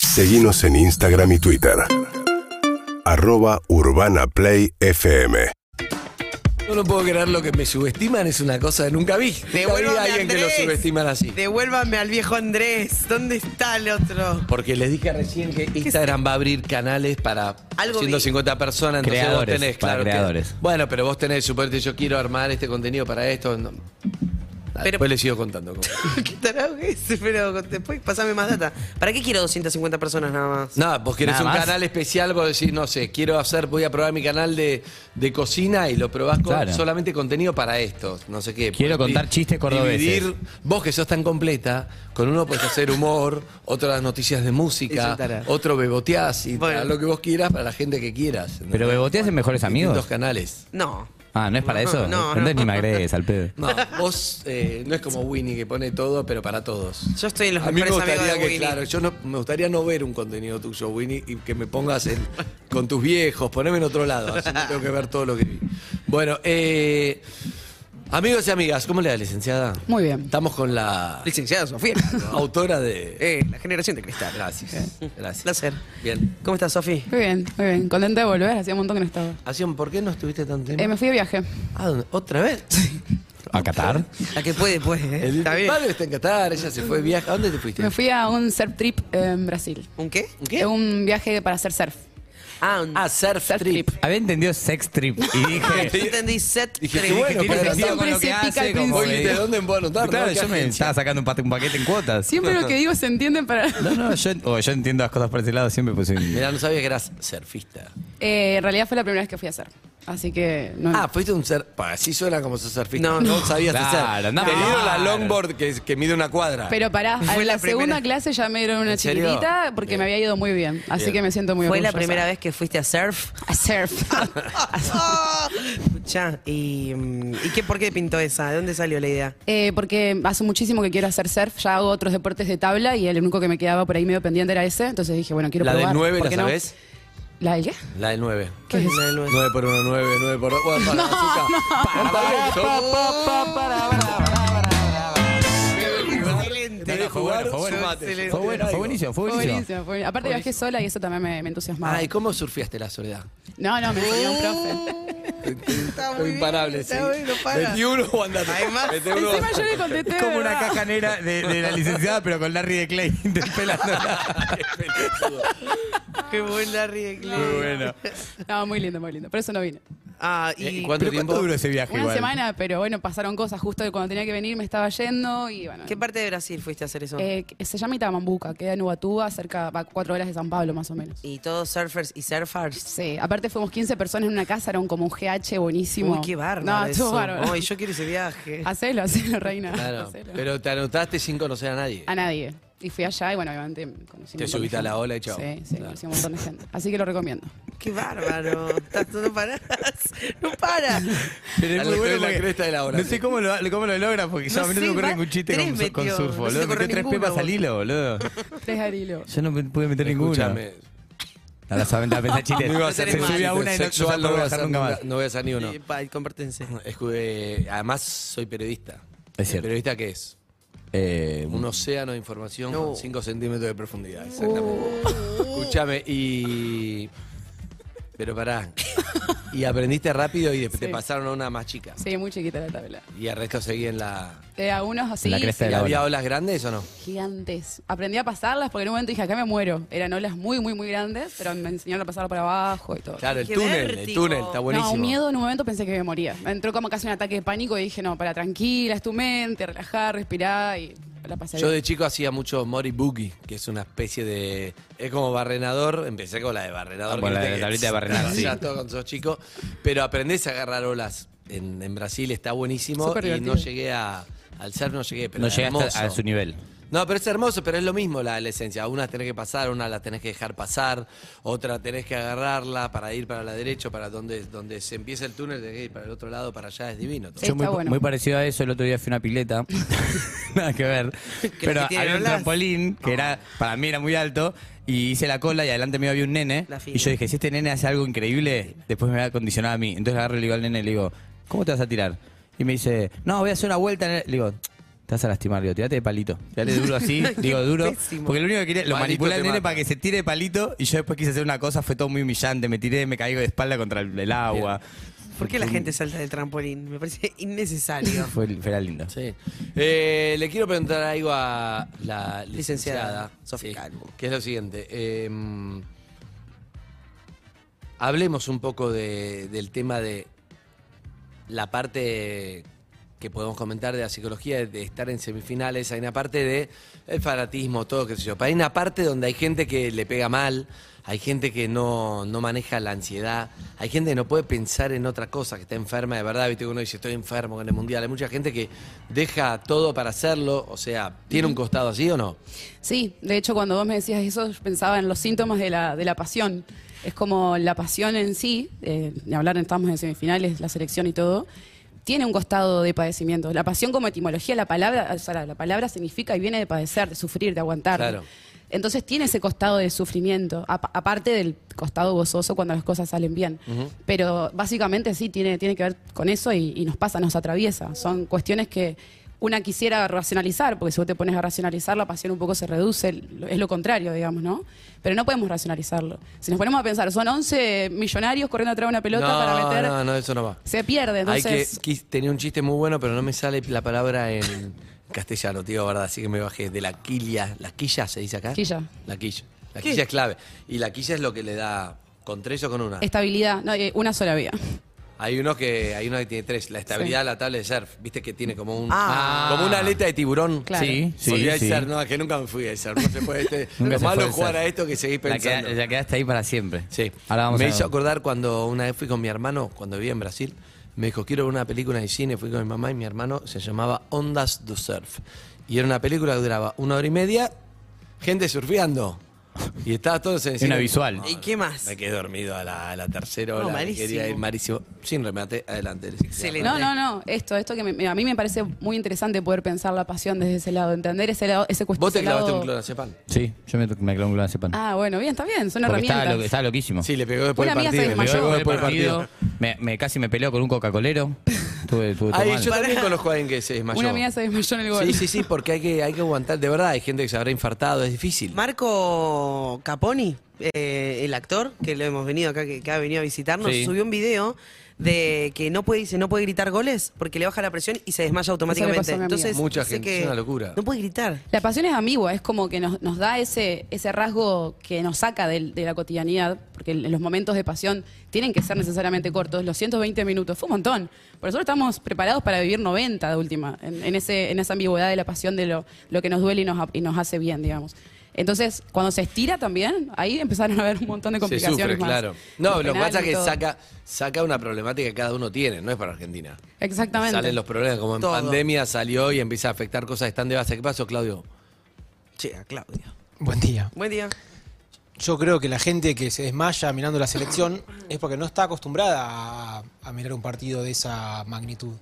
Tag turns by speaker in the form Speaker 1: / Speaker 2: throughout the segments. Speaker 1: Seguimos en Instagram y Twitter. Arroba Urbana Play FM.
Speaker 2: Yo no puedo creer lo que me subestiman, es una cosa que nunca vi. Nunca vi
Speaker 3: Devuélvame
Speaker 2: a
Speaker 3: a
Speaker 2: alguien que lo
Speaker 3: Andrés.
Speaker 2: subestiman así.
Speaker 3: Devuélvame al viejo Andrés. ¿Dónde está el otro?
Speaker 2: Porque les dije recién que Instagram va a abrir canales para
Speaker 3: Algo vi.
Speaker 2: 150 personas, entonces
Speaker 4: Creadores,
Speaker 2: vos tenés,
Speaker 4: para
Speaker 2: claro. que-
Speaker 4: creadores.
Speaker 2: bueno, pero vos tenés, suponete, yo quiero armar este contenido para esto. no. Dale,
Speaker 3: Pero-
Speaker 2: después les sigo contando. cómo.
Speaker 3: ¿Qué tarado que es? Pero después pasame más data. ¿Para qué quiero 250 personas nada más?
Speaker 2: Nada, vos querés
Speaker 4: Nada
Speaker 2: un
Speaker 4: más.
Speaker 2: canal especial, vos decís, no sé, quiero hacer, voy a probar mi canal de, de cocina y lo probás con
Speaker 4: Claro.
Speaker 2: solamente contenido para esto, no sé qué.
Speaker 4: Quiero
Speaker 2: Podés
Speaker 4: contar
Speaker 2: di-
Speaker 4: chistes cordobeses.
Speaker 2: Dividir, vos que sos tan completa, con uno podés hacer humor, otro las noticias de
Speaker 3: Es
Speaker 2: música,
Speaker 3: un tarado.
Speaker 2: otro beboteás y
Speaker 3: Bueno.
Speaker 2: a lo que vos quieras para la gente que quieras. ¿entendés?
Speaker 4: ¿Pero beboteas en mejores
Speaker 2: Distintos
Speaker 4: amigos?
Speaker 2: canales.
Speaker 3: No.
Speaker 4: Ah, ¿no es para
Speaker 3: No,
Speaker 4: eso?
Speaker 3: no, no.
Speaker 4: Entonces ni me agregues al pedo.
Speaker 2: No, vos eh, no es como Winnie que pone todo, pero para todos.
Speaker 3: Yo estoy en los
Speaker 2: A mí me
Speaker 3: mejores amigos
Speaker 2: gustaría
Speaker 3: de
Speaker 2: que,
Speaker 3: Winnie.
Speaker 2: claro, yo no, me gustaría no ver un contenido tuyo, Winnie, y que me pongas en- con tus viejos, poneme en otro lado, así no tengo que ver todo lo que vi. Bueno, eh, amigos y amigas, ¿cómo le da, licenciada?
Speaker 5: Muy bien.
Speaker 2: Estamos con la
Speaker 3: Licenciada Sofía.
Speaker 2: autora de...
Speaker 3: Eh, la generación de cristal. Eh,
Speaker 2: Gracias, gracias.
Speaker 3: Placer.
Speaker 2: Bien.
Speaker 3: ¿Cómo estás, Sofi?
Speaker 5: Muy bien, muy bien. Contenta de volver, hacía un montón que no estaba.
Speaker 2: Acción, ¿por qué no estuviste tan tiempo?
Speaker 5: Eh, me fui de viaje.
Speaker 2: Ah, ¿dónde? ¿Otra vez?
Speaker 4: ¿A Qatar?
Speaker 3: La que puede, puede. ¿eh?
Speaker 2: El
Speaker 3: Está bien.
Speaker 2: padre está en Qatar, ella se fue de viaje. ¿A dónde te fuiste?
Speaker 5: Me fui a un surf trip en Brasil.
Speaker 3: ¿Un qué?
Speaker 5: Eh, Un viaje para hacer surf.
Speaker 3: Ah, un...
Speaker 2: A surf,
Speaker 5: Surf
Speaker 2: trip.
Speaker 5: trip.
Speaker 4: Había entendido sex trip y
Speaker 3: Yo
Speaker 4: dije...
Speaker 3: entendí set
Speaker 2: Dije,
Speaker 3: tres.
Speaker 2: qué bueno,
Speaker 4: tiene
Speaker 2: para
Speaker 4: sentido
Speaker 2: tanto.
Speaker 4: con lo que
Speaker 5: Siempre se
Speaker 4: hace,
Speaker 5: pica al
Speaker 4: como
Speaker 5: principio.
Speaker 2: Oye,
Speaker 4: que-
Speaker 2: ¿de dónde puedo anotar,
Speaker 4: Claro,
Speaker 2: no? ¿Qué
Speaker 4: yo me
Speaker 2: agencia?
Speaker 4: estaba sacando un, pa- un paquete en cuotas.
Speaker 5: Siempre lo que digo se entienden para...
Speaker 4: No, no, yo, o yo entiendo las cosas por ese lado, siempre puse... un-
Speaker 2: Mirá, no sabía que eras surfista.
Speaker 5: Eh, en realidad fue la primera vez que fui a hacer. Así que... No,
Speaker 2: Ah, fuiste un surf. Pa, así suena como sos surfista.
Speaker 3: No,
Speaker 2: no sabías
Speaker 4: Claro,
Speaker 2: hacer.
Speaker 4: no.
Speaker 2: Te dieron la longboard que, que mide una cuadra.
Speaker 5: pero pará,
Speaker 3: Fue
Speaker 5: en la,
Speaker 3: la primera-
Speaker 5: segunda clase ya me dieron una
Speaker 2: ¿En serio?
Speaker 5: chiquitita porque
Speaker 2: Bien.
Speaker 5: me había ido muy bien. Así
Speaker 2: Bien.
Speaker 5: que me siento muy
Speaker 3: ¿Fue la
Speaker 5: orgullosa.
Speaker 3: primera vez que fuiste a surf?
Speaker 5: A surf.
Speaker 3: Escuchá, ¿y, mm, ¿y qué, por qué pintó esa? ¿De dónde salió la idea?
Speaker 5: Eh, porque hace muchísimo que quiero hacer surf, ya hago otros deportes de tabla y el único que me quedaba por ahí medio pendiente era ese, entonces dije, bueno, quiero
Speaker 2: ¿La
Speaker 5: probar.
Speaker 2: del 9
Speaker 5: ¿por
Speaker 2: la
Speaker 5: qué no?
Speaker 2: sabés?
Speaker 5: ¿La del qué?
Speaker 2: La del 9.
Speaker 5: ¿Qué es eso?
Speaker 3: La de nuevo.
Speaker 2: 9 por 1, 9, 9 por 2. Bueno, para, azúcar. Para, Uh. para,
Speaker 3: Excelente.
Speaker 2: Dale a jugar,
Speaker 4: Fue bueno,
Speaker 2: sumate.
Speaker 3: excelente.
Speaker 4: fue bueno, fue buenísimo, fue
Speaker 5: Fue
Speaker 4: buenísimo.
Speaker 5: buenísimo, fue buenísimo. Aparte viajé sola y eso también me, me entusiasmaba.
Speaker 2: Ay, ¿cómo surfeaste la soledad?
Speaker 5: No, no, me enseñó un profe.
Speaker 3: Está muy
Speaker 2: Fue
Speaker 3: bien,
Speaker 2: imparable, sí.
Speaker 3: está bueno, para.
Speaker 2: 21 o andate.
Speaker 3: Hay más.
Speaker 2: Mete uno.
Speaker 5: Encima yo le contesté.
Speaker 4: Es como una
Speaker 5: ¿verdad?
Speaker 4: caja negra de, de la licenciada, pero con Larry de Clay despelándola.
Speaker 3: Qué buen Larry de Clay.
Speaker 4: Muy bueno.
Speaker 5: No, muy lindo, muy lindo. Por eso no vine.
Speaker 3: Ah, y,
Speaker 2: ¿Y
Speaker 4: ¿Pero
Speaker 2: cuánto
Speaker 4: cuánto
Speaker 2: tiempo?
Speaker 4: duró ese viaje
Speaker 5: Una
Speaker 4: igual?
Speaker 5: semana, pero bueno, pasaron cosas. Justo cuando tenía que venir me estaba yendo y bueno.
Speaker 3: ¿Qué parte de Brasil fuiste a hacer eso?
Speaker 5: Eh, se llama Itamambuca, queda en Ubatuba, cerca, va a cuatro horas de San Pablo más o menos.
Speaker 3: ¿Y todos surfers y surfers?
Speaker 5: Sí, aparte fuimos 15 personas en una casa, era un, como un GH buenísimo.
Speaker 3: Uy, qué bárbaro
Speaker 5: No, estuvo
Speaker 3: eso.
Speaker 5: bárbaro.
Speaker 3: Ay, yo quiero ese viaje.
Speaker 5: Hacelo, hacelo, reina.
Speaker 2: Claro,
Speaker 5: Hacelo.
Speaker 2: pero te anotaste sin conocer a nadie.
Speaker 5: A nadie. Y fui allá y bueno, obviamente conocí un
Speaker 2: Te
Speaker 5: montón de
Speaker 2: subiste a
Speaker 5: gente.
Speaker 2: la ola y chao.
Speaker 5: Sí, sí,
Speaker 2: Claro.
Speaker 5: conocí a un montón de gente. Así que lo recomiendo.
Speaker 3: Qué bárbaro. Estás- no parás. No paras.
Speaker 4: Pero es
Speaker 2: Dale,
Speaker 4: muy bueno
Speaker 2: estoy en la
Speaker 4: porque
Speaker 2: cresta de la hora.
Speaker 4: No sé cómo lo, cómo lo logra, porque yo
Speaker 3: No
Speaker 4: a mí no
Speaker 3: sé,
Speaker 4: me ocurre
Speaker 3: va-
Speaker 4: ningún chiste
Speaker 3: tres
Speaker 4: con,
Speaker 3: metió,
Speaker 4: con surf,
Speaker 3: no se
Speaker 4: boludo.
Speaker 3: corre
Speaker 4: Metió tres
Speaker 3: ninguno,
Speaker 4: pepas al
Speaker 3: boludo.
Speaker 4: hilo, boludo.
Speaker 5: Tres Arilo.
Speaker 4: Yo no me pude meter ninguno.
Speaker 2: Escúchame.
Speaker 4: A la solamente a pensar chistes.
Speaker 2: No iba a hacer
Speaker 3: Se
Speaker 2: ningún
Speaker 4: subía
Speaker 2: chiste
Speaker 4: una y no- no
Speaker 2: sexual,
Speaker 4: se
Speaker 2: voy
Speaker 4: la puede
Speaker 2: a
Speaker 4: bajar
Speaker 2: hacer
Speaker 4: nunca
Speaker 2: nunca-
Speaker 4: más.
Speaker 2: No voy a hacer ni uno.
Speaker 3: Eh, pa- compártense.
Speaker 2: Escude- además, soy periodista.
Speaker 4: Es cierto.
Speaker 2: ¿Periodista qué es?
Speaker 4: Eh,
Speaker 2: Un océano de información
Speaker 3: No.
Speaker 2: con 5 centímetros de profundidad. Exactamente. Escúchame, y. Pero pará. Y aprendiste rápido y después te
Speaker 5: Sí.
Speaker 2: pasaron a una más chica.
Speaker 5: Sí, muy chiquita la tabla.
Speaker 2: Y el resto seguí en la.
Speaker 5: Eh, a unos así,
Speaker 4: La cresta
Speaker 2: ¿Y
Speaker 4: de la
Speaker 2: había
Speaker 4: ola.
Speaker 2: olas grandes o no?
Speaker 5: gigantes. Aprendí a pasarlas porque en un momento dije, acá me muero. Eran olas muy, muy, muy grandes, pero me enseñaron a pasarla para abajo y todo.
Speaker 2: Claro, el
Speaker 3: Qué
Speaker 2: túnel. El
Speaker 3: vértigo.
Speaker 2: túnel, está buenísimo.
Speaker 5: No, un miedo en un momento pensé que me moría. Me entró como casi un ataque de pánico y dije, no, para tranquila, es tu mente, relajar, respirar y la pasé
Speaker 2: Yo
Speaker 5: bien.
Speaker 2: de chico hacía mucho Mori Boogie, que es una especie de. Es como barrenador. Empecé con la de barrenador.
Speaker 4: Ah, con
Speaker 2: que
Speaker 4: la
Speaker 2: viste
Speaker 4: de-
Speaker 2: que
Speaker 4: la tablita de barrenador,
Speaker 2: te
Speaker 4: sí.
Speaker 2: rayas todo cuando sos chico. Pero aprendés a agarrar olas en, en Brasil, está buenísimo.
Speaker 5: Súper
Speaker 2: Y no
Speaker 5: divertido.
Speaker 2: llegué a. Al surf no llegué, pero
Speaker 4: no
Speaker 2: era
Speaker 4: llegaste
Speaker 2: hermoso.
Speaker 4: a, a su nivel.
Speaker 2: No, pero es hermoso, pero es lo mismo la, la esencia. Una tenés que pasar, una la tenés que dejar pasar, otra tenés que agarrarla para ir para la derecha, para donde, donde se empieza el túnel, tenés que ir para el otro lado, para allá, es divino. todo.
Speaker 5: Sí,
Speaker 4: Yo muy,
Speaker 5: está bueno.
Speaker 4: muy parecido a eso, el otro día fui a una pileta. Nada que ver. Pero
Speaker 3: que tiene
Speaker 4: había un
Speaker 3: olas?
Speaker 4: trampolín que era, para mí era muy alto. Y hice la cola y adelante mío había un nene.
Speaker 3: La fila.
Speaker 4: Y yo dije, si este nene hace algo increíble, después me va a condicionar a mí. Entonces agarro y le digo al nene, le digo, ¿cómo te vas a tirar? Y me dice, no, voy a hacer una vuelta. en el-". Le digo, "Está Te vas a lastimar, digo, tirate de palito. Tirate duro así, digo duro.
Speaker 3: pésimo.
Speaker 4: Porque lo único que quería, lo
Speaker 2: Palito
Speaker 4: manipulé al
Speaker 2: te
Speaker 4: nene
Speaker 2: mata.
Speaker 4: para que se tire de palito y yo después quise hacer una cosa, fue todo muy humillante. Me tiré, me caí de espalda contra el, el agua.
Speaker 3: ¿Por qué la gente salta del trampolín? Me parece innecesario.
Speaker 4: Fue, fue lindo.
Speaker 2: Sí. Eh, le quiero preguntar algo a la licenciada,
Speaker 3: Licenciada Sofía
Speaker 2: sí,
Speaker 3: Calvo.
Speaker 2: que es lo siguiente. Eh, hablemos un poco de- del tema de la parte que podemos comentar de la psicología, de- de estar en semifinales. Hay una parte de el fanatismo, todo, qué sé yo. Pero hay una parte donde hay gente que le pega mal, hay gente que no, no maneja la ansiedad, hay gente que no puede pensar en otra cosa, que está enferma de verdad. Viste que uno dice, estoy enfermo con el mundial. Hay mucha gente que deja todo para hacerlo. O sea, ¿tiene un costado así o no?
Speaker 5: Sí, de hecho cuando vos me decías eso, yo pensaba en los síntomas de la, de la pasión. Es como la pasión en sí, eh, ni hablar, estamos en semifinales, la selección y todo, tiene un costado de padecimiento. La pasión como etimología, la palabra, o sea, la, la palabra significa y viene de padecer, de sufrir, de aguantar.
Speaker 2: Claro.
Speaker 5: Entonces tiene ese costado de sufrimiento, apa- aparte del costado gozoso cuando las cosas salen bien. Pero básicamente sí, tiene, tiene que ver con eso y, y nos pasa, nos atraviesa. Son cuestiones que una quisiera racionalizar, porque si vos te pones a racionalizar, la pasión un poco se reduce, lo- es lo contrario, digamos, ¿no? Pero no podemos racionalizarlo. Si nos ponemos a pensar, son 11 millonarios corriendo atrás de una pelota
Speaker 2: no,
Speaker 5: para meter...
Speaker 2: no, no, eso no va.
Speaker 5: Se pierde,
Speaker 2: Hay que,
Speaker 5: entonces...
Speaker 2: quis- tenía un chiste muy bueno, pero no me sale la palabra en castellano, tío, verdad, así que me bajé de la quilla, la quilla se dice acá.
Speaker 5: Quilla.
Speaker 2: La quilla. La quilla es clave. Y la quilla es lo que le da con tres o con una.
Speaker 5: Estabilidad, no, eh, una sola vía.
Speaker 2: Hay uno que hay uno que tiene tres, la estabilidad de la tabla de surf, viste que tiene como un
Speaker 3: Ah.
Speaker 2: como una aleta de tiburón.
Speaker 5: Claro.
Speaker 4: Sí, sí,
Speaker 2: Volví al
Speaker 4: sí.
Speaker 2: surf, no, es que nunca me fui al surf, no se puede. este-
Speaker 4: Nunca
Speaker 2: lo
Speaker 4: se
Speaker 2: malo
Speaker 4: fue
Speaker 2: es
Speaker 4: el
Speaker 2: jugar
Speaker 4: surf.
Speaker 2: a esto que seguís
Speaker 4: La queda-
Speaker 2: pensando.
Speaker 4: la quedaste ahí para siempre.
Speaker 2: Sí.
Speaker 4: Ahora vamos
Speaker 2: me
Speaker 4: a
Speaker 2: hizo acordar cuando una vez fui con mi hermano, cuando vivía en Brasil, me dijo, quiero ver una película de cine. Fui con mi mamá y mi hermano, se llamaba Ondas do Surf. Y era una película que duraba una hora y media, gente surfeando. Y estaba todo en el
Speaker 4: una
Speaker 2: cine.
Speaker 4: visual.
Speaker 3: ¿Y qué más?
Speaker 2: Me quedé dormido a la, a la tercera
Speaker 3: No,
Speaker 2: hora. y
Speaker 3: malísimo.
Speaker 2: quería ir malísimo. Sin remate, adelante. Alexis.
Speaker 3: Excelente.
Speaker 5: No, no, no. Esto, esto que me- me- a mí me parece muy interesante poder pensar la pasión desde ese lado, entender ese lado, ese cuestión.
Speaker 2: Vos te clavaste un clonazepam.
Speaker 4: Sí, yo me, me clavé un clonazepam.
Speaker 5: Ah, bueno, bien, está bien, son
Speaker 4: Porque estaba,
Speaker 5: herramientas.
Speaker 4: lo- estaba loquísimo.
Speaker 2: Sí, le pegó después
Speaker 5: Una
Speaker 2: del
Speaker 5: amiga se
Speaker 2: partido. Le
Speaker 5: desmayó.
Speaker 2: pegó
Speaker 4: Luego del
Speaker 2: después del
Speaker 4: partido,
Speaker 2: partido.
Speaker 4: me, me casi me peleó con un Coca-Colero. Tuve, tuve
Speaker 2: Ay,
Speaker 4: mal.
Speaker 2: yo también conozco a alguien que se desmayó.
Speaker 5: Una amiga se desmayó en el gol.
Speaker 2: Sí, sí, sí, porque hay que, hay que aguantar. De verdad, hay gente que se habrá infartado, es difícil.
Speaker 3: Marco Caponi, eh, el actor que lo hemos venido acá, que, que ha venido a visitarnos,
Speaker 4: Sí.
Speaker 3: subió un video de que no puede, dice, no puede gritar goles porque le baja la presión y se desmaya automáticamente.
Speaker 5: pasó a mi amiga.
Speaker 3: Entonces,
Speaker 2: Mucha
Speaker 3: dice
Speaker 2: gente, es una locura.
Speaker 3: No puede gritar.
Speaker 5: La pasión es ambigua, es como que nos, nos da ese, ese rasgo que nos saca del- de la cotidianidad, porque el- los momentos de pasión tienen que ser necesariamente cortos, los 120 minutos, fue un montón. Por eso estamos preparados para vivir 90 de última, en, en ese, en esa ambigüedad de la pasión de lo, lo que nos duele y nos, y nos hace bien, digamos. Entonces, cuando se estira también, ahí empezaron a haber un montón de
Speaker 2: Se
Speaker 5: complicaciones.
Speaker 2: sufre,
Speaker 5: más.
Speaker 2: claro. No,
Speaker 5: Los
Speaker 2: lo que
Speaker 5: penales
Speaker 2: pasa es
Speaker 5: y
Speaker 2: que
Speaker 5: todo.
Speaker 2: saca, saca una problemática que cada uno tiene, no es para Argentina.
Speaker 5: Exactamente.
Speaker 2: Salen los problemas, como en
Speaker 3: Todo.
Speaker 2: pandemia salió y empieza a afectar cosas que están de base. ¿Qué pasó, Claudio?
Speaker 3: Che, a Claudia.
Speaker 6: Buen día.
Speaker 3: Buen día.
Speaker 6: Yo creo que la gente que se desmaya mirando la selección es porque no está acostumbrada a, a mirar un partido de esa magnitud.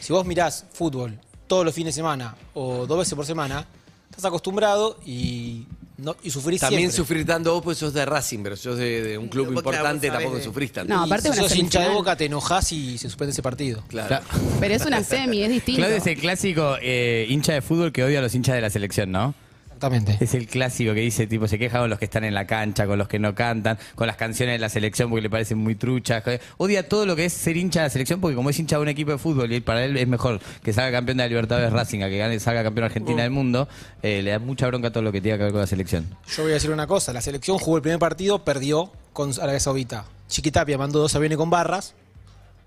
Speaker 6: Si vos mirás fútbol todos los fines de semana o dos veces por semana, estás acostumbrado y, no, y sufrís
Speaker 2: También
Speaker 6: siempre.
Speaker 2: sufrir tanto vos, pues sos de Racing, pero sos de, de un club
Speaker 3: Vos, claro,
Speaker 2: importante,
Speaker 3: vos sabés
Speaker 2: tampoco
Speaker 3: de-
Speaker 2: sufrís tanto.
Speaker 5: No, aparte
Speaker 6: si
Speaker 5: es una
Speaker 6: sos hincha de
Speaker 5: semifinal.
Speaker 6: boca, te enojás y se suspende ese partido.
Speaker 2: Claro.
Speaker 5: Pero es una semi, es distinto.
Speaker 4: Claudio es el clásico eh, hincha de fútbol que odia a los hinchas de la selección, ¿no?
Speaker 6: Exactamente.
Speaker 4: Es el clásico que dice, tipo, se queja con los que están en la cancha, con los que no cantan, con las canciones de la selección porque le parecen muy truchas. Odia todo lo que es ser hincha de la selección porque como es hincha de un equipo de fútbol y para él es mejor que salga campeón de la Libertadores Racing, a que gane, salga campeón Argentina del mundo, eh, le da mucha bronca todo lo que tenga que ver con la selección.
Speaker 6: Yo voy a decir una cosa, la selección jugó el primer partido, perdió con Arabia Saudita. Chiquitapia mandó dos aviones con barras,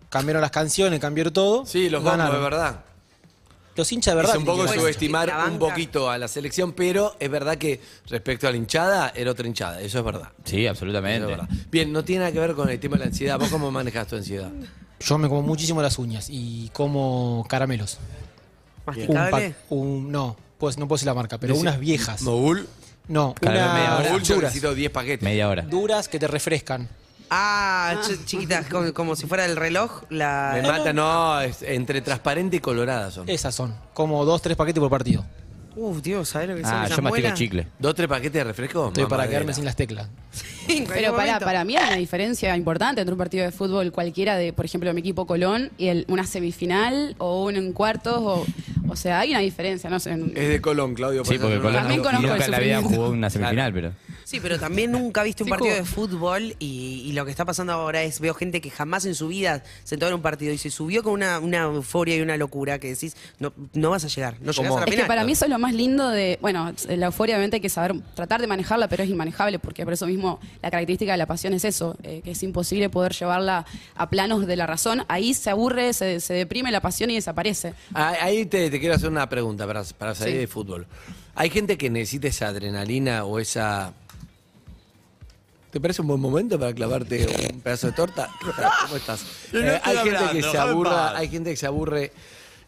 Speaker 6: cambiaron las canciones, cambiaron todo.
Speaker 2: Sí, los
Speaker 6: ganaron.
Speaker 2: bombos, de verdad.
Speaker 6: Los hinchas de verdad.
Speaker 2: es un
Speaker 6: tienen
Speaker 2: poco
Speaker 6: que ganar.
Speaker 3: La
Speaker 2: subestimar
Speaker 3: banca.
Speaker 2: un poquito a la selección, pero es verdad que respecto a la hinchada, era otra hinchada. Eso es verdad.
Speaker 4: Sí,
Speaker 2: Eso es
Speaker 4: absolutamente.
Speaker 2: verdad. Bien, no tiene nada que ver con el tema de la ansiedad. ¿Vos cómo manejas tu ansiedad?
Speaker 6: Yo me como muchísimo las uñas y como caramelos. Un
Speaker 3: Masticable.
Speaker 6: pa- un- no, pues no puedo decir la marca, pero unas viejas.
Speaker 2: Mogul.
Speaker 6: No,
Speaker 4: Caramelo media
Speaker 6: unas
Speaker 4: hora.
Speaker 2: Mogul, yo
Speaker 6: duras,
Speaker 2: necesito 10 paquetes.
Speaker 4: Media hora.
Speaker 6: duras que te refrescan.
Speaker 3: Ah, ch- chiquitas, como, como si fuera el reloj, la.
Speaker 2: Me mata, no, es entre transparente y colorada son.
Speaker 6: Esas son, como dos, tres paquetes por partido.
Speaker 3: Uf, Uh, Dios, ¿sabés lo que son
Speaker 4: Ah,
Speaker 3: esas
Speaker 4: yo mastico
Speaker 3: muelas?
Speaker 4: chicle.
Speaker 2: ¿Dos, tres paquetes de refresco?
Speaker 6: Estoy para
Speaker 2: Mamadera.
Speaker 6: quedarme sin las teclas.
Speaker 3: En cualquier
Speaker 5: Pero para,
Speaker 3: momento.
Speaker 5: para mí hay una diferencia importante entre un partido de fútbol cualquiera de, por ejemplo, mi equipo Colón y el- una semifinal o un en cuartos o, O sea, hay una diferencia, no sé. en-
Speaker 2: Es de Colón, Claudio.
Speaker 4: Sí, porque
Speaker 2: Payano,
Speaker 4: Colón
Speaker 5: También
Speaker 2: no-
Speaker 5: conozco
Speaker 4: nunca
Speaker 5: el
Speaker 4: en la vida
Speaker 5: sufrimiento.
Speaker 4: jugó una semifinal, pero.
Speaker 3: Sí, pero también nunca viste un
Speaker 5: Sí,
Speaker 3: partido
Speaker 5: jugó.
Speaker 3: de fútbol y, y lo que está pasando ahora es, veo gente que jamás en su vida sentó en un partido y se subió con una, una euforia y una locura que decís, no, no vas a llegar, no llegás
Speaker 2: Como-
Speaker 3: a la
Speaker 5: Es que
Speaker 3: final.
Speaker 5: para mí eso es lo más lindo de, bueno, la euforia obviamente hay que saber tratar de manejarla, pero es inmanejable, porque por eso mismo la característica de la pasión es eso, eh, que es imposible poder llevarla a planos de la razón, ahí se aburre, se, se deprime la pasión y desaparece.
Speaker 2: Ah, Ahí te, te quiero hacer una pregunta para, para salir
Speaker 5: Sí.
Speaker 2: de fútbol. Hay gente que necesita esa adrenalina o esa. ¿Te parece un buen momento para clavarte un pedazo de torta? ¿Cómo estás?
Speaker 7: Yo no
Speaker 2: Eh,
Speaker 7: estoy
Speaker 2: hay gente que
Speaker 7: hablando,
Speaker 2: se
Speaker 7: déjame en paz.
Speaker 2: aburra, hay gente que se aburre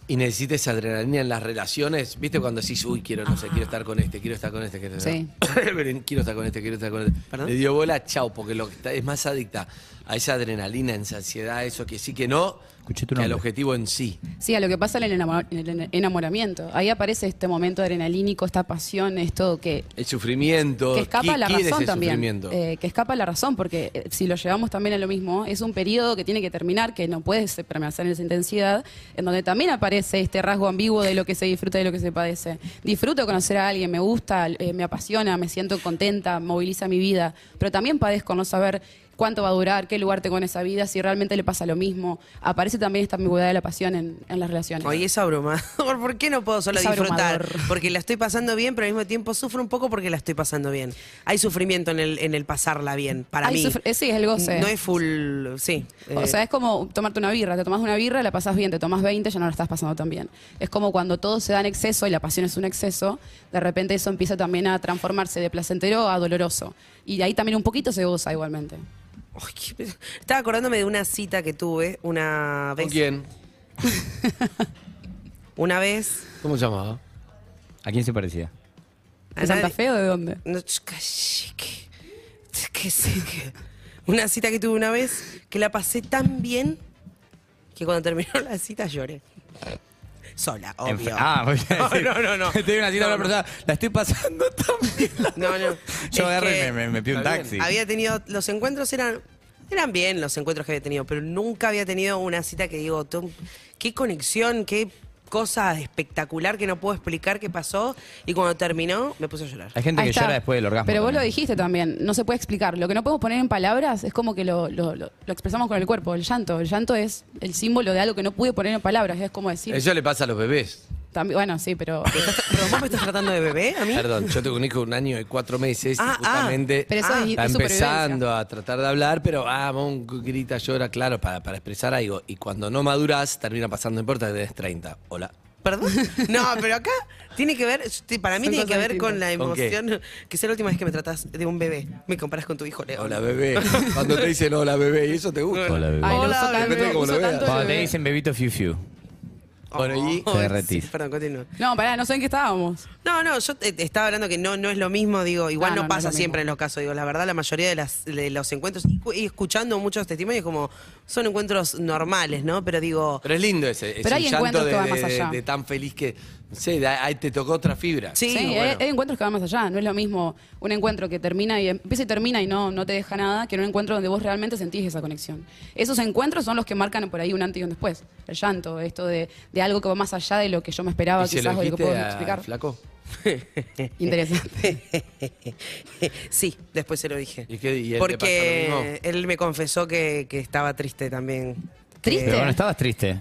Speaker 2: y necesita esa adrenalina en las relaciones. ¿Viste cuando decís, uy, quiero, no sé, quiero estar con este, quiero estar con este, quiero estar,
Speaker 5: Sí.
Speaker 2: quiero estar con este, quiero estar con este.
Speaker 3: ¿Perdón?
Speaker 2: Le dio bola, chau, porque lo que está, es más adicta a esa adrenalina, en ansiedad, a eso que sí que no,
Speaker 4: Escuché tu
Speaker 2: que al
Speaker 4: nombre.
Speaker 2: objetivo en sí.
Speaker 5: Sí, a lo que pasa en el, enamor- en el enamoramiento, ahí aparece este momento adrenalínico, esta pasión, esto que
Speaker 2: El sufrimiento.
Speaker 5: Que escapa
Speaker 2: ¿Qui-
Speaker 5: a la
Speaker 2: quién es
Speaker 5: razón
Speaker 2: el
Speaker 5: también.
Speaker 2: sufrimiento?
Speaker 5: Eh, que escapa a la razón, porque eh, si lo llevamos también a lo mismo, es un periodo que tiene que terminar, que no puede se- permanecer en esa intensidad, en donde también aparece este rasgo ambiguo de lo que se disfruta y de lo que se padece. Disfruto conocer a alguien, me gusta, eh, me apasiona, me siento contenta, moviliza mi vida, pero también padezco no saber cuánto va a durar, qué lugar tengo en esa vida, si realmente le pasa lo mismo. Aparece también esta ambigüedad de la pasión en, en las relaciones.
Speaker 3: Oye, es abrumador. ¿Por qué no puedo solo
Speaker 5: Es
Speaker 3: disfrutar?
Speaker 5: abrumador.
Speaker 3: Porque la estoy pasando bien, pero al mismo tiempo sufro un poco porque la estoy pasando bien. Hay sufrimiento en el, en el pasarla bien, para
Speaker 5: Hay
Speaker 3: mí.
Speaker 5: sufri- eh, sí, es el goce.
Speaker 3: No es full, sí. eh,
Speaker 5: O sea, es como tomarte una birra. Te tomas una birra, la pasas bien. Te tomas 20, ya no la estás pasando tan bien. Es como cuando todo se da en exceso y la pasión es un exceso, de repente eso empieza también a transformarse de placentero a doloroso. Y de ahí también un poquito se goza igualmente.
Speaker 3: Ay, qué pe- Estaba acordándome de una cita que tuve una vez.
Speaker 2: ¿Con quién?
Speaker 3: Una vez.
Speaker 2: ¿Cómo se llamaba?
Speaker 4: ¿A quién se parecía?
Speaker 5: ¿De
Speaker 3: eh,
Speaker 5: Santa Fe o de dónde?
Speaker 3: No, ch- calle, que- que sé que- Una cita que tuve una vez que la pasé tan bien que cuando terminó la cita lloré. Sola,
Speaker 4: En Fe-
Speaker 3: obvio.
Speaker 4: Ah, muy
Speaker 3: No,
Speaker 4: bien.
Speaker 3: no, no, no.
Speaker 4: Tengo una cita
Speaker 3: No,
Speaker 4: con una persona. La estoy pasando también.
Speaker 3: No, no.
Speaker 4: Yo
Speaker 3: Es
Speaker 4: agarré y
Speaker 3: que
Speaker 4: me, me, me pido un
Speaker 2: Está bien.
Speaker 4: taxi.
Speaker 3: Había tenido. Los encuentros eran. Eran bien los encuentros que había tenido, pero nunca había tenido una cita que digo, "Tom, qué conexión, qué cosa espectacular que no puedo explicar qué pasó. Y cuando terminó, me puse a llorar.
Speaker 4: Hay gente
Speaker 5: Ahí
Speaker 4: que
Speaker 5: está.
Speaker 4: llora después del orgasmo.
Speaker 5: Pero vos lo
Speaker 4: también.
Speaker 5: dijiste también, no se puede explicar. Lo que no podemos poner en palabras es como que lo, lo- lo- lo expresamos con el cuerpo, el llanto. El llanto es el símbolo de algo que no pude poner en palabras. Es como decir.
Speaker 2: Eso le pasa a los bebés.
Speaker 5: también- bueno, sí, pero.
Speaker 3: ¿Pero vos me estás tratando de bebé a mí?
Speaker 2: Perdón, yo tengo un hijo de un año y cuatro meses
Speaker 3: Ah,
Speaker 2: y justamente
Speaker 5: ah. Pero eso es-
Speaker 2: está
Speaker 5: es supervivencia.
Speaker 2: empezando a tratar de hablar, pero ah, mon, grita, llora, claro, para, para expresar algo. Y cuando no maduras, termina pasando, no importa que tenés 30. Hola.
Speaker 3: ¿Perdón? No, pero acá tiene que ver, te- para mí
Speaker 5: Son
Speaker 3: tiene que
Speaker 5: cosas
Speaker 3: ver con la
Speaker 2: ¿Con qué?
Speaker 3: emoción, que es la última vez que me tratás de un bebé. Me comparás con tu hijo Leo.
Speaker 2: Hola, bebé. Cuando te dicen hola, bebé, y eso te gusta.
Speaker 4: Hola, bebé.
Speaker 5: Ay, lo
Speaker 3: Hola,
Speaker 5: uso tan-
Speaker 2: depende de cómo lo
Speaker 5: uso
Speaker 2: veas.
Speaker 5: tanto el
Speaker 4: Cuando te
Speaker 5: bebé.
Speaker 4: dicen bebito fiu fiu.
Speaker 2: Bueno, y-
Speaker 3: Ay,
Speaker 4: Te derretís.
Speaker 3: Oh, sí, perdón, continúa.
Speaker 5: No, pará, no sé en qué estábamos.
Speaker 3: No, no, yo te- te estaba hablando que no, no es lo mismo, digo, igual
Speaker 5: No,
Speaker 3: no,
Speaker 5: Ah, no, no es
Speaker 3: pasa
Speaker 5: lo mismo.
Speaker 3: siempre en los casos, digo, la verdad la mayoría de, las, de los encuentros, y, cu- y escuchando muchos testimonios como son encuentros normales, ¿no? Pero digo,
Speaker 2: Pero es lindo ese. Es
Speaker 5: Pero hay
Speaker 2: un llanto
Speaker 5: encuentros
Speaker 2: de,
Speaker 5: que van
Speaker 2: de-
Speaker 5: más allá.
Speaker 2: de- de tan feliz que. No sé, de- ahí te tocó otra fibra.
Speaker 3: Sí,
Speaker 5: Sí,
Speaker 3: bueno.
Speaker 5: hay, hay encuentros que van más allá. No es lo mismo un encuentro que termina y empieza y termina y no, no te deja nada que en un encuentro donde vos realmente sentís esa conexión. Esos encuentros son los que marcan por ahí un antes y un después. El llanto, esto de, de algo que va más allá de lo que yo me esperaba,
Speaker 2: Y se lo
Speaker 5: quizás, o de lo que
Speaker 2: dijiste
Speaker 5: puedo
Speaker 2: a-
Speaker 5: explicar.
Speaker 2: flaco.
Speaker 5: Interesante.
Speaker 3: sí, después se lo dije.
Speaker 2: ¿Y qué- y él te
Speaker 3: Porque
Speaker 2: pasó lo mismo?
Speaker 3: él me confesó que, que estaba triste también.
Speaker 5: ¿Triste?
Speaker 4: Pero bueno, estabas triste.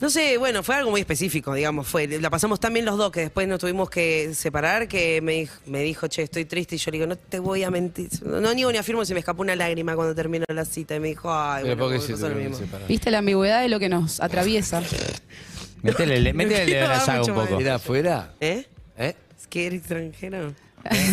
Speaker 3: No sé, bueno, fue algo muy específico, digamos, fue, la pasamos tan bien los dos que después nos tuvimos que separar, que me, dij- me dijo, che, estoy triste, y yo le digo, no te voy a mentir, no, no niego ni afirmo si me escapó una lágrima cuando terminó la cita, y me dijo, ay,
Speaker 2: Pero
Speaker 3: bueno,
Speaker 2: porque
Speaker 3: me
Speaker 2: se
Speaker 3: pasó lo
Speaker 2: tuvieron que
Speaker 3: mismo.
Speaker 2: separar.
Speaker 5: Viste la ambigüedad de lo que nos atraviesa.
Speaker 4: Métele el métele el dedo en la
Speaker 3: quiero dar
Speaker 4: llaga un
Speaker 3: mucho
Speaker 4: poco.
Speaker 3: más.
Speaker 2: ¿Ir afuera?
Speaker 3: ¿Eh?
Speaker 2: ¿Eh?
Speaker 3: ¿Es que era extranjero?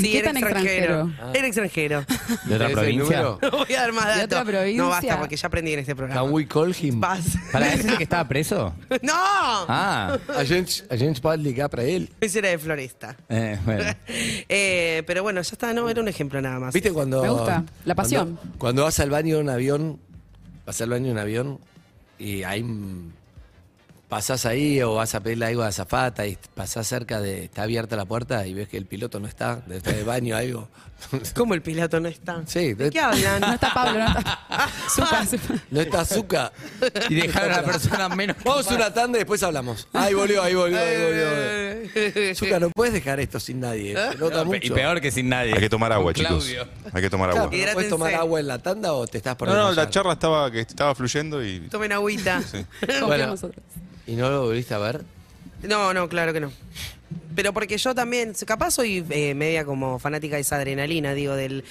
Speaker 5: ¿Qué tan extranjero?
Speaker 3: Ah. Era extranjero.
Speaker 4: ¿De otra
Speaker 2: ¿Tenés el
Speaker 4: provincia?
Speaker 2: número?
Speaker 3: No voy a dar más
Speaker 5: ¿De
Speaker 3: datos.
Speaker 5: otra provincia?
Speaker 3: No basta, porque ya aprendí en este programa.
Speaker 2: Can we call him?
Speaker 3: Paz.
Speaker 4: ¿Para ese que estaba preso?
Speaker 3: ¡No!
Speaker 4: Ah.
Speaker 2: A gente, a gente pode ligar para él.
Speaker 3: Ese era de floresta.
Speaker 4: Eh, bueno.
Speaker 3: Eh, pero bueno, ya está, no, era un ejemplo nada más.
Speaker 2: ¿Viste cuando.
Speaker 5: Me gusta,
Speaker 2: cuando-
Speaker 5: la pasión.
Speaker 2: Cuando, vas al baño en un avión, vas al baño en un avión y hay. mm, pasás ahí o vas a pedirle algo a Zafata y pasás cerca de. Está abierta la puerta y ves que el piloto no está, desde el baño algo.
Speaker 3: ¿Cómo el piloto no está?
Speaker 2: Sí,
Speaker 3: ¿De
Speaker 2: de-
Speaker 3: qué hablan?
Speaker 5: No está Pablo, no está. Zucca, Zucca.
Speaker 2: No está azúcar.
Speaker 4: Y dejar a la persona menos.
Speaker 2: Vamos a una tanda y después hablamos. Ahí volvió, ahí volvió, ahí volvió. Azúcar, no puedes dejar esto sin nadie.
Speaker 5: ¿Eh?
Speaker 2: Se nota mucho.
Speaker 4: Y peor que sin nadie.
Speaker 7: Hay que tomar agua,
Speaker 4: Con
Speaker 7: chicos.
Speaker 4: Claudio.
Speaker 7: Hay que tomar
Speaker 2: Claro,
Speaker 7: agua.
Speaker 2: pero ¿No puedes
Speaker 3: Hidrátense.
Speaker 2: tomar agua en la tanda o te estás por
Speaker 7: No, no, la
Speaker 2: desmayar?
Speaker 7: charla estaba que estaba fluyendo y
Speaker 3: Tomen agüita.
Speaker 5: Confiamos
Speaker 2: Bueno.
Speaker 5: nosotros.
Speaker 2: ¿Y no lo volviste a ver?
Speaker 3: No, no, claro que no. Pero porque yo también, capaz soy eh, media como fanática de esa adrenalina, digo, del,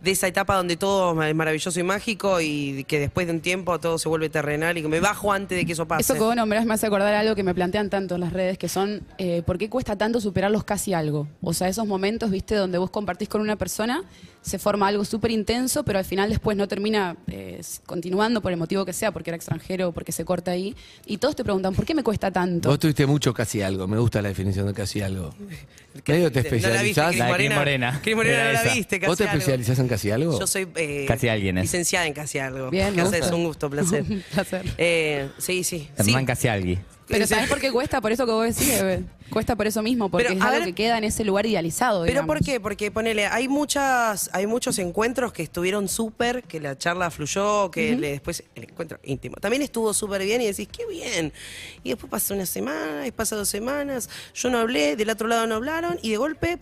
Speaker 3: de esa etapa donde todo es maravilloso y mágico y que después de un tiempo todo se vuelve terrenal y que me bajo antes de que eso pase.
Speaker 5: Eso que vos nombrás me hace acordar algo que me plantean tanto en las redes, que son, eh, ¿por qué cuesta tanto superar los casi algo? O sea, esos momentos, viste, donde vos compartís con una persona, se forma algo súper intenso, pero al final después no termina eh, s- continuando por el motivo que sea, porque era extranjero, porque se corta ahí, y todos te preguntan, ¿por qué me cuesta tanto?
Speaker 2: Vos tuviste mucho casi algo. Me gusta la definición de casi algo. Medio te
Speaker 3: ¿No la viste,
Speaker 2: especializás.
Speaker 3: Cris
Speaker 4: La de Cris
Speaker 3: Morena?
Speaker 4: Morena.
Speaker 3: Cris Morena
Speaker 4: Era
Speaker 3: no la
Speaker 4: esa.
Speaker 3: viste, casi
Speaker 2: ¿Vos te
Speaker 3: algo.
Speaker 2: especializás en casi algo?
Speaker 3: Yo soy eh,
Speaker 4: Casi alguien es.
Speaker 3: licenciada en casi algo.
Speaker 5: Bien, me
Speaker 3: ¿Qué haces?
Speaker 5: gusta.
Speaker 3: Un gusto, un placer.
Speaker 5: Un placer.
Speaker 3: Eh, sí, sí. sí.
Speaker 4: Hernán Casialgui.
Speaker 5: Pero ¿sabés por qué cuesta? Por eso que vos decís, eh, cuesta por eso mismo, porque
Speaker 3: Pero,
Speaker 5: es
Speaker 3: a
Speaker 5: algo
Speaker 3: ver-
Speaker 5: que queda en ese lugar idealizado.
Speaker 3: Pero ¿por
Speaker 5: digamos.
Speaker 3: qué? Porque ponele, hay muchas, hay muchos encuentros que estuvieron súper, que la charla fluyó, que le- después el encuentro íntimo. También estuvo súper bien y decís, qué bien. Y después pasa una semana, y pasa dos semanas, yo no hablé, del otro lado no hablaron, y de golpe,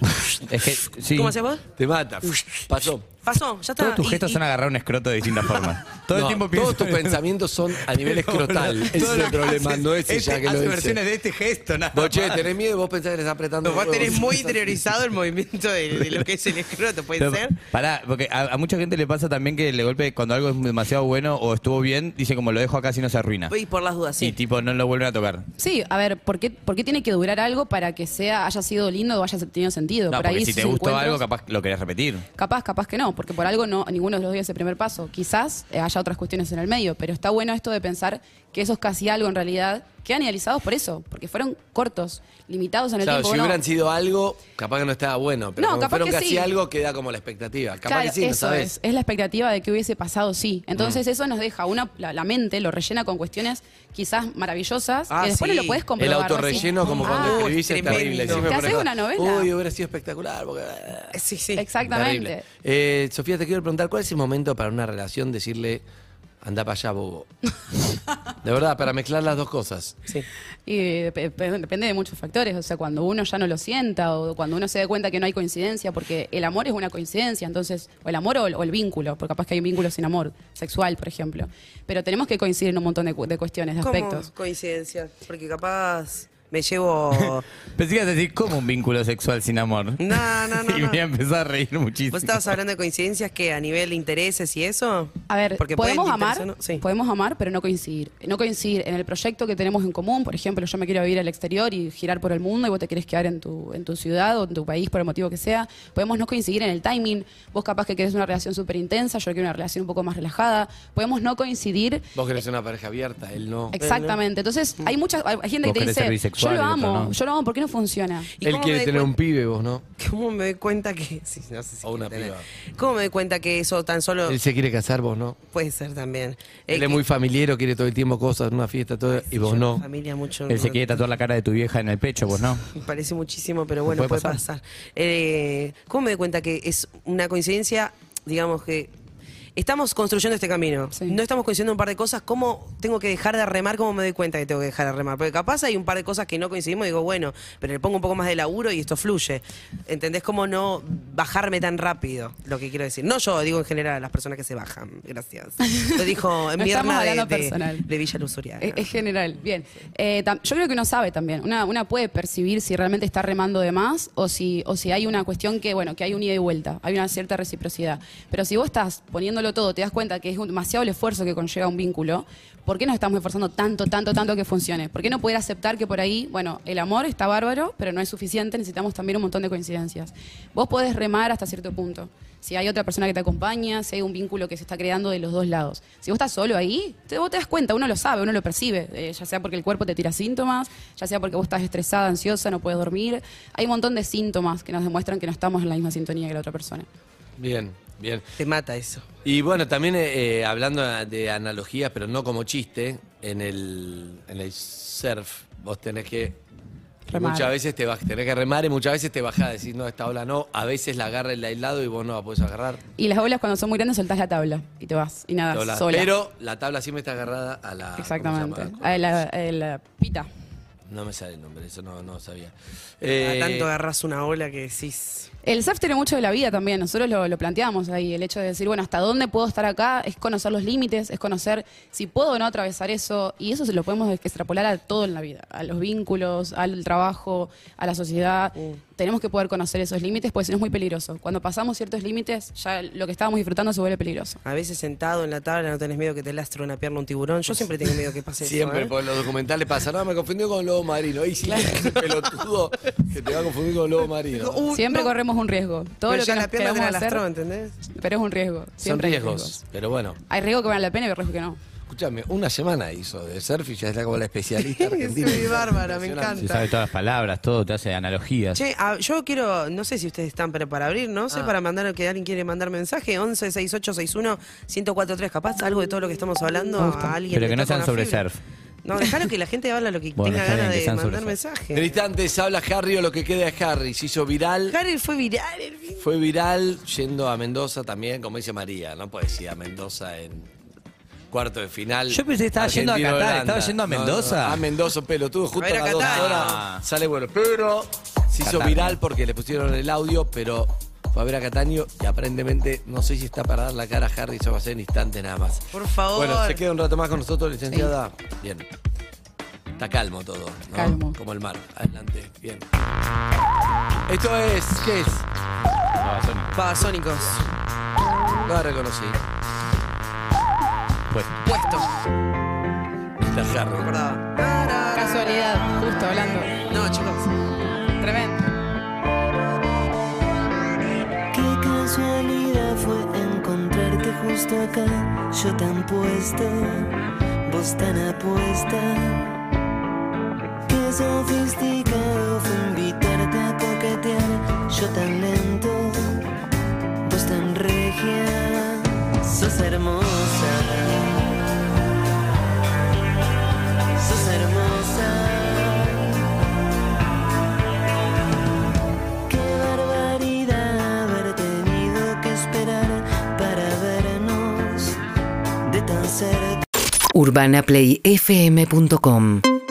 Speaker 3: pf,
Speaker 4: Es que, sí.
Speaker 3: ¿cómo hacés vos?
Speaker 2: Te mata. Pasó.
Speaker 3: Pasó, ya está.
Speaker 4: Todos tus
Speaker 3: Y-
Speaker 4: gestos
Speaker 3: y-
Speaker 4: son agarrar un escroto de distintas formas. Todo
Speaker 2: No,
Speaker 4: el tiempo pienso.
Speaker 2: Todos tus pensamientos son a nivel escrotal.
Speaker 4: No, no,
Speaker 2: Ese
Speaker 4: todo
Speaker 2: es
Speaker 4: lo
Speaker 2: el
Speaker 4: que
Speaker 2: problema,
Speaker 4: haces,
Speaker 2: no es ella
Speaker 4: este-
Speaker 2: que lo
Speaker 4: hace
Speaker 2: dice.
Speaker 4: versiones de este gesto, nada.
Speaker 2: Vos, che,
Speaker 4: más.
Speaker 2: tenés miedo y vos pensás que le estás apretando
Speaker 3: Vos
Speaker 2: los
Speaker 3: tenés
Speaker 2: huevos.
Speaker 3: muy interiorizado el movimiento de, de lo que es el escroto, ¿puede
Speaker 4: Pero,
Speaker 3: ser?
Speaker 4: Pará, porque a, a mucha gente le pasa también que de golpe cuando algo es demasiado bueno o estuvo bien, dice como lo dejo acá si no se arruina.
Speaker 3: Y por las dudas, Pues, sí.
Speaker 4: Y tipo, no lo vuelven a tocar.
Speaker 5: Sí, a ver, ¿por qué, por qué tiene que durar algo para que sea haya sido lindo o haya tenido sentido?
Speaker 4: No,
Speaker 5: por
Speaker 4: porque
Speaker 5: ahí
Speaker 4: si te
Speaker 5: sus
Speaker 4: gustó
Speaker 5: encuentros-
Speaker 4: algo, capaz lo querés repetir.
Speaker 5: Capaz, capaz que no, porque por algo no ninguno de los dio ese primer paso. Quizás eh, haya otras cuestiones en el medio, pero está bueno esto de pensar que esos casi algo en realidad quedan idealizados por eso, porque fueron cortos, limitados en el
Speaker 2: Claro,
Speaker 5: tiempo.
Speaker 2: si
Speaker 5: ¿no?
Speaker 2: hubieran sido algo, capaz que no estaba bueno. Pero
Speaker 5: No,
Speaker 2: como
Speaker 5: capaz
Speaker 2: fueron
Speaker 5: que
Speaker 2: casi
Speaker 5: sí.
Speaker 2: algo, queda como la expectativa. Capaz
Speaker 5: Claro,
Speaker 2: que sí, no Mm.
Speaker 5: eso
Speaker 2: sabés.
Speaker 5: es. Es la expectativa de que hubiese pasado, sí. Entonces eso nos deja una, la, la mente lo rellena con cuestiones quizás maravillosas
Speaker 3: Ah,
Speaker 5: que después
Speaker 3: sí.
Speaker 5: no lo puedes
Speaker 2: El
Speaker 5: comprobar.
Speaker 2: autorrelleno,
Speaker 5: decís,
Speaker 2: como
Speaker 5: "Ah,
Speaker 2: cuando
Speaker 3: uy,
Speaker 2: escribís, es
Speaker 3: tremendo.
Speaker 2: terrible.
Speaker 3: ¿Te
Speaker 2: Decime, por
Speaker 5: haces
Speaker 2: ejemplo,
Speaker 5: una novela?
Speaker 2: Uy, hubiera sido espectacular. Porque... eh,
Speaker 3: Sí, sí.
Speaker 5: Exactamente.
Speaker 2: Terrible. Eh, Sofía, te quiero preguntar, ¿cuál es el momento para una relación decirle, anda para allá, bobo? De verdad, para mezclar las dos cosas.
Speaker 3: Sí.
Speaker 5: Y eh, pe- pe- depende de muchos factores, o sea, cuando uno ya no lo sienta o cuando uno se dé cuenta que no hay coincidencia, porque el amor es una coincidencia, entonces, o el amor o el, o el vínculo, porque capaz que hay un vínculo sin amor, sexual, por ejemplo. Pero tenemos que coincidir en un montón de, cu- de cuestiones, de
Speaker 3: ¿Cómo
Speaker 5: aspectos.
Speaker 3: coincidencia? Porque capaz me llevo...
Speaker 4: Pensé que ibas a decir, ¿cómo un vínculo sexual sin amor?
Speaker 3: No, no, no,
Speaker 4: y
Speaker 3: no.
Speaker 4: me empezó a reír muchísimo.
Speaker 3: ¿Vos estabas hablando de coincidencias que a nivel de intereses y eso?
Speaker 5: A ver,
Speaker 3: Porque pueden
Speaker 5: podemos amar,
Speaker 3: interesar, ¿no? Sí.
Speaker 5: podemos amar, pero no coincidir. No coincidir en el proyecto que tenemos en común, por ejemplo, yo me quiero ir al exterior y girar por el mundo y vos te querés quedar en tu, en tu ciudad o en tu país por el motivo que sea. Podemos no coincidir en el timing. Vos capaz que querés una relación súper intensa, yo quiero una relación un poco más relajada. Podemos no coincidir
Speaker 2: Vos querés una pareja abierta, él no.
Speaker 5: Exactamente. Entonces, hay muchas hay gente
Speaker 4: Vos
Speaker 5: que te
Speaker 4: querés ser
Speaker 5: dice, yo
Speaker 4: bisexual y
Speaker 5: lo
Speaker 4: el otro
Speaker 5: amo,
Speaker 4: no".
Speaker 5: yo lo amo, ¿por qué no funciona?
Speaker 3: ¿Y
Speaker 2: Él
Speaker 3: cómo me
Speaker 2: quiere
Speaker 3: doy
Speaker 2: tener un
Speaker 3: cuenta-
Speaker 2: pibe, vos no.
Speaker 3: ¿Cómo me doy cuenta que.? sí, no sé si
Speaker 2: O una
Speaker 3: quiero tener-
Speaker 2: piba.
Speaker 3: ¿Cómo me doy cuenta que eso tan solo.
Speaker 2: Él se quiere casar, vos no.
Speaker 3: Puede ser también. Eh,
Speaker 2: Él
Speaker 3: que-
Speaker 2: es muy familiero, quiere todo el tiempo cosas, una fiesta, todo, y vos
Speaker 3: yo,
Speaker 2: no.
Speaker 3: Familia mucho.
Speaker 4: Él se
Speaker 3: no-
Speaker 4: quiere tatuar la cara de tu vieja en el pecho, vos no.
Speaker 3: Me parece muchísimo, pero bueno,
Speaker 4: Puede
Speaker 3: puede
Speaker 4: pasar.
Speaker 3: pasar. Eh, ¿Cómo me doy cuenta que es una coincidencia, digamos que. Estamos construyendo este camino.
Speaker 5: Sí.
Speaker 3: No estamos coincidiendo en un par de cosas. ¿Cómo tengo que dejar de remar? ¿Cómo me doy cuenta que tengo que dejar de remar? Porque capaz hay un par de cosas que no coincidimos. y Digo, bueno, pero le pongo un poco más de laburo y esto fluye. ¿Entendés cómo no bajarme tan rápido? Lo que quiero decir. No yo, digo en general, las personas que se bajan. Gracias. Lo dijo
Speaker 5: No estamos
Speaker 3: Mirna de,
Speaker 5: hablando
Speaker 3: de,
Speaker 5: personal. eh,
Speaker 3: de Villa Luzuriaga.
Speaker 5: Es, es general, bien. Eh, tam- yo creo que uno sabe también, una, una puede percibir si realmente está remando de más o si, o si hay una cuestión que, bueno, que hay un ida y vuelta, hay una cierta reciprocidad. Pero si vos estás poniéndolo todo, te das cuenta que es un- demasiado el esfuerzo que conlleva un vínculo, ¿por qué nos estamos esforzando tanto, tanto, tanto que funcione? ¿Por qué no poder aceptar que por ahí, bueno, el amor está bárbaro, pero no es suficiente, necesitamos también un montón de coincidencias? Vos podés remar hasta cierto punto. Si hay otra persona que te acompaña, si hay un vínculo que se está creando de los dos lados. Si vos estás solo ahí, te, vos te das cuenta, uno lo sabe, uno lo percibe, eh, ya sea porque el cuerpo te tira síntomas, ya sea porque vos estás estresada, ansiosa, no puedes dormir. Hay un montón de síntomas que nos demuestran que no estamos en la misma sintonía que la otra persona.
Speaker 2: Bien, bien.
Speaker 3: Te mata eso.
Speaker 2: Y bueno, también eh, eh, hablando de analogías, pero no como chiste, en el, en el surf vos tenés que.
Speaker 5: Remar.
Speaker 2: Muchas veces te vas, tenés que remar y muchas veces te bajás a decir, no, esta ola no. A veces la agarra el aislado y vos no la podés agarrar.
Speaker 5: Y las olas cuando son muy grandes soltás la tabla y te vas y
Speaker 2: Te
Speaker 5: nada,
Speaker 2: doblás.
Speaker 5: Ah, sola.
Speaker 2: Pero la tabla siempre está agarrada a la. Ah, ¿cómo se
Speaker 5: Exactamente.
Speaker 2: llama?
Speaker 5: A la, a la pita.
Speaker 2: No me sale el nombre, eso no, no sabía.
Speaker 3: Cada
Speaker 2: Eh,
Speaker 3: tanto agarras una ola que decís.
Speaker 5: El surf tiene mucho de la vida también, nosotros lo, lo planteamos ahí, el hecho de decir, bueno, ¿hasta dónde puedo estar acá? Es conocer los límites, es conocer si puedo o no atravesar eso, y eso se lo podemos extrapolar a todo en la vida, a los vínculos, al trabajo, a la sociedad.
Speaker 3: Uh.
Speaker 5: Tenemos que poder conocer esos límites, porque si no es muy peligroso. Cuando pasamos ciertos límites, ya lo que estábamos disfrutando se vuelve peligroso.
Speaker 3: A veces sentado en la tabla no tenés miedo que te lastre una pierna un tiburón. Yo siempre tengo miedo que pase
Speaker 2: Siempre,
Speaker 3: eso. ¿eh?
Speaker 2: porque en los documentales pasa, no, me confundió con Lobo Marino. Y sí, ese pelotudo que te va a confundir con Lobo Marino.
Speaker 3: Digo, "Uh,
Speaker 5: Siempre
Speaker 3: no".
Speaker 5: corremos un riesgo. Todo
Speaker 3: Pero
Speaker 5: lo que
Speaker 3: ya
Speaker 5: nos
Speaker 3: la pierna te la
Speaker 5: queramos hacer,
Speaker 3: lastró, ¿entendés?
Speaker 5: pero es un riesgo.
Speaker 2: Son
Speaker 5: Siempre hay
Speaker 2: riesgos, pero bueno.
Speaker 5: Hay riesgo que vale la pena y hay riesgo que no.
Speaker 2: Escúchame, una semana hizo de surf y ya está como la especialista argentina.
Speaker 3: Soy bárbara, me
Speaker 2: Impresionante.
Speaker 4: Se sabe todas las palabras, todo, te hace analogías.
Speaker 3: Che, ah, yo quiero, no sé si ustedes están, pero para abrir, no sé,
Speaker 5: Ah.
Speaker 3: para mandar, que alguien quiere mandar mensaje, 11 6861 1043 capaz algo de todo lo que estamos hablando a alguien.
Speaker 4: Pero
Speaker 3: le
Speaker 4: que no
Speaker 3: toca
Speaker 4: sean
Speaker 3: una
Speaker 4: sobre
Speaker 3: fibra.
Speaker 4: surf.
Speaker 3: No, dejalo que la gente habla lo que
Speaker 4: Bueno,
Speaker 3: tenga
Speaker 4: está bien,
Speaker 3: ganas
Speaker 4: que
Speaker 3: de
Speaker 4: sean
Speaker 3: mandar
Speaker 4: sobre
Speaker 3: mensaje.
Speaker 2: En instantes habla Harry o lo que queda de Harry. Se hizo viral.
Speaker 3: Harry fue viral el fin.
Speaker 2: Fue viral yendo a Mendoza también, como dice María. No puede ir a Mendoza en cuarto de final.
Speaker 4: Yo pensé que estaba yendo a Qatar,
Speaker 2: Argentina-Holanda.
Speaker 4: estaba yendo a Mendoza. Ah.
Speaker 2: a Mendoza, pelotudo. Justo
Speaker 3: A
Speaker 2: a,
Speaker 3: ver a
Speaker 2: las dos
Speaker 3: Qatar.
Speaker 2: horas sale bueno. Pero se hizo
Speaker 4: Qatar.
Speaker 2: viral porque le pusieron el audio, pero fue a ver a Cataño y aparentemente no sé si está para dar la cara a Harry. Eso va a ser en instantes nada más.
Speaker 3: Por favor.
Speaker 2: Bueno, se queda un rato más con nosotros, licenciada. Bien. Está calmo todo. ¿no?
Speaker 5: Calmo.
Speaker 2: Como el mar. Adelante. Bien. Esto es. ¿Qué es?
Speaker 3: Babasónicos.
Speaker 2: No la reconocí.
Speaker 4: Bueno,
Speaker 3: Puesto.
Speaker 2: Está Harry.
Speaker 3: Recordaba.
Speaker 5: Casualidad, justo hablando.
Speaker 3: No, chicos.
Speaker 5: Tremendo.
Speaker 8: Qué casualidad fue encontrarte justo acá, yo tan puesta, vos tan apuesta. Qué sofisticado fue invitarte a coquetear, yo tan lento, vos tan regia, sos hermosa. Sos hermosa. Qué barbaridad haber tenido que esperar para vernos de tan cerca.
Speaker 9: urbanaplayfm.com